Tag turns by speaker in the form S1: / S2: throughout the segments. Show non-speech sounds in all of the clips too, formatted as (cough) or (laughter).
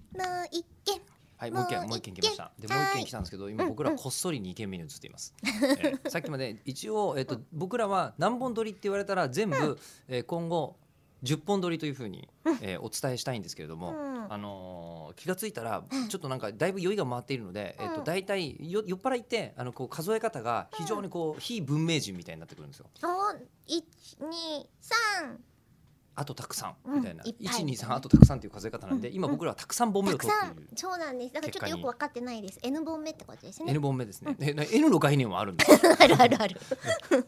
S1: う一件
S2: はい、もう一
S1: も
S2: 件、
S1: う
S2: もう一件来ました。
S1: 一
S2: で、
S1: 件
S2: もう一
S1: は
S2: 件
S1: い
S2: 来たんですけど、今僕らこっそりに二件目に移っています。え
S1: (laughs)
S2: ーさっきまで、一応、えっと、僕らは何本撮りって言われたら、全部、えー今後。10本撮りというふうに、えーお伝えしたいんですけれど
S1: う
S2: も、
S1: ん
S2: あのー気がついたらちょっとなんかだいぶ酔いが回っているので、えっ
S1: う
S2: と
S1: ん
S2: 大体よ酔っ払いってあのこう数え方が非常にこう非文明人みたいになってくるんですよ。
S1: お一二三
S2: あとたくさ
S1: うん
S2: んみたいな、
S1: いっぱい
S2: 123あとたくさんっていう数え方なんで、今僕らはたくさん本目
S1: た
S2: を
S1: く
S2: 取っ
S1: さ
S2: てい
S1: ん
S2: る。
S1: そうなんですだからちょっとよく分かってないです N 本目ってことですね
S2: N 本目ですね、えな N の概念はあるんですよ
S1: (laughs) あるあるあ
S2: (laughs)
S1: る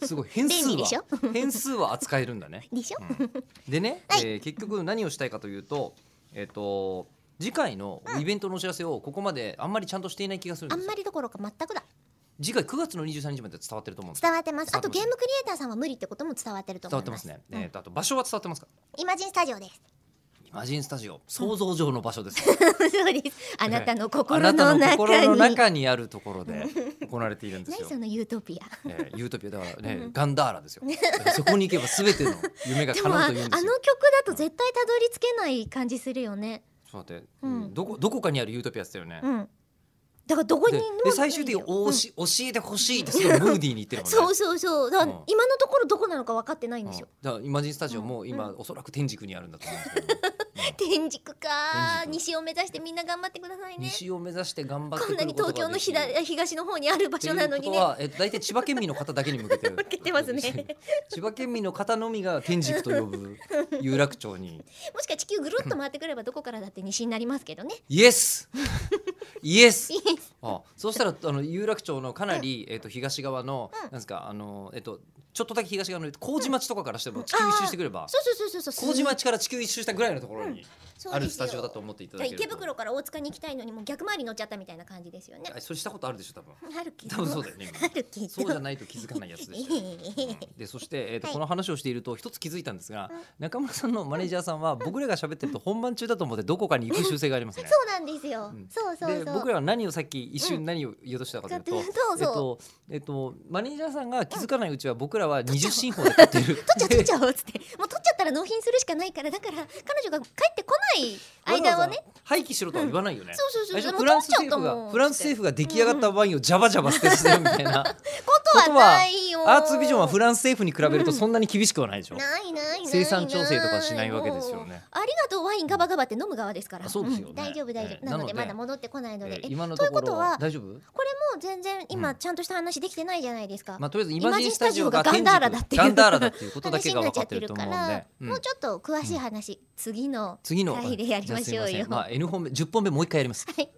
S2: すごい変
S1: 便
S2: 数
S1: 利でし
S2: は変数は扱えるんだね。
S1: でしょ
S2: うんでね、
S1: はい
S2: えー結局何をしたいかというと、えっ、と次回のイベントのお知らせをここまであんまりちゃんとしていない気がするん
S1: あ
S2: で
S1: ん
S2: すよ。
S1: まりどころか全くだ
S2: 次回9月の23日まで伝わってると思うんですよ。
S1: 伝わってます
S2: 伝わ
S1: あ
S2: って
S1: と
S2: ま
S1: ゲ
S2: す
S1: ームクリエイターさんは無理ってことも伝わってると
S2: 伝
S1: 思
S2: わ
S1: い
S2: って
S1: ま
S2: ますすね。
S1: うん
S2: えーとあと場所は伝わってますか。
S1: イマジンスタジオです
S2: (laughs) イマジンスタジオ想像上の場所です。
S1: そうですあなたの (laughs)
S2: あ
S1: 心
S2: な
S1: の
S2: たの
S1: 中
S2: 心の
S1: に
S2: 中にあるとこ
S1: (laughs)
S2: ろで行われているんです
S1: 何
S2: よ
S1: そ。のユートピア
S2: えー、ユートピアだからね、ガンダーラですよ。そこに行けば全ての夢が
S1: でも
S2: 叶
S1: ああ
S2: うと
S1: の
S2: いうん
S1: 曲だ
S2: ですよ。
S1: と絶対たどり着けない感じするよね
S2: ちょっと待って、
S1: うん
S2: どこどこかにあるユートピアですよね。
S1: うんだからどこに
S2: で
S1: も
S2: で最終的におし、教えてほしいっ
S1: (laughs)
S2: てすごいムーディーに言ってるもんね。
S1: そうそうそうだから
S2: うん
S1: 今のところどこなのか分かってないん
S2: うん
S1: ですよ
S2: だからイマジンスタジオも今、おそらく天竺にあるんだと思うんですけ
S1: (laughs)
S2: ど、うん
S1: 天竺か
S2: 天竺
S1: 西を目指してみんな頑張ってください (laughs) ね
S2: 西を目指して頑張って
S1: こ
S2: く
S1: んな
S2: る
S1: に
S2: ことが
S1: 東京
S2: でき
S1: のひだ東の方にある場所なのに
S2: という
S1: ね
S2: ことは、えっと、大体千葉県民の方だけに向けて
S1: けてますね
S2: (laughs) 千葉県民の方のみが天竺と呼ぶ有楽
S1: (laughs)
S2: 町に
S1: もしか地球ぐるっと回ってくればどこからだって西になりますけどね
S2: イエスイエス
S1: (laughs)
S2: あそうしたらあの有楽町のかなり、えっと東側の、
S1: うん
S2: なんですかあのえっとちょっとだけ東側の麹町とかからしても地球一周してくれば、
S1: そうそうそうそうそう
S2: 麹町から地球一周したぐらいのところに
S1: そう
S2: ある
S1: です
S2: ス
S1: よ
S2: タジオだと思っていた
S1: だ
S2: だ
S1: から
S2: ける
S1: 池
S2: と
S1: 袋から大塚に行きたいのにもう逆回り乗っちゃったみたいな感じですよね
S2: あそれしたことあるでしょ多分
S1: あるけど
S2: 多分そうだよね今
S1: あるけど
S2: そうじゃないと気づかないやつでしたよ、うんでそして、えーと
S1: はい
S2: この話をしていると一つ気づいたんですが、中村さんのマネージャーさんは僕らが喋ってると本番中だと思ってどこかに行く習性がありますね。
S1: そうなんですよ、
S2: ん
S1: そうそうそう
S2: で僕らは何をさっき一瞬何を言おうとしたかというと、
S1: うんそうそ
S2: えっとえっとマネージャーさんが気づかないうちは僕らは二十進法で撮って
S1: (laughs)
S2: る。
S1: 取っちゃう取っちゃおうっつってもう取っちゃったら納品するしかないからだから彼女が帰ってこない間はね
S2: わざわざ廃棄しろとは言わないよね。
S1: んそうそうそう
S2: あれでしょ
S1: もう
S2: フランス政府
S1: 取っちゃったも
S2: が
S1: ん
S2: フランス政府が出来上がったワインをジャバジャバ捨ててるみたいな。
S1: ことはないよ
S2: アーツビジョンはフランス政府に比べるとそんなに厳しくはないでしょ。
S1: ないないないない
S2: 生産調整とかしないわけですよ
S1: も
S2: ね
S1: うありがとうワインガバガバって飲む側ですから
S2: あそうですよね
S1: ん大丈夫大丈
S2: え
S1: 夫
S2: え
S1: なので
S2: なの
S1: ま
S2: で
S1: だ戻ってこないので
S2: えー
S1: え
S2: 今のとこ
S1: い
S2: と
S1: うこと
S2: ろ
S1: は
S2: 大丈夫？
S1: これも全然今
S2: うん
S1: ちゃんとした話できてないじゃないですか、
S2: まあとりあえずイマジンスタジオが
S1: イマジンスタジオがガンダーラだっていう
S2: ガンダーラだっていうことだ
S1: 話
S2: け
S1: に
S2: が
S1: なっ
S2: 分
S1: ち
S2: か
S1: ゃ
S2: っ
S1: ってて
S2: る
S1: る
S2: と
S1: か
S2: 思うんで
S1: ら、、
S2: うん
S1: もうちょっと詳しい話、次の
S2: 次の
S1: 回でやりましょう
S2: じゃあすい
S1: よ
S2: せんまあ N 本目10本目もう一回やります。
S1: はい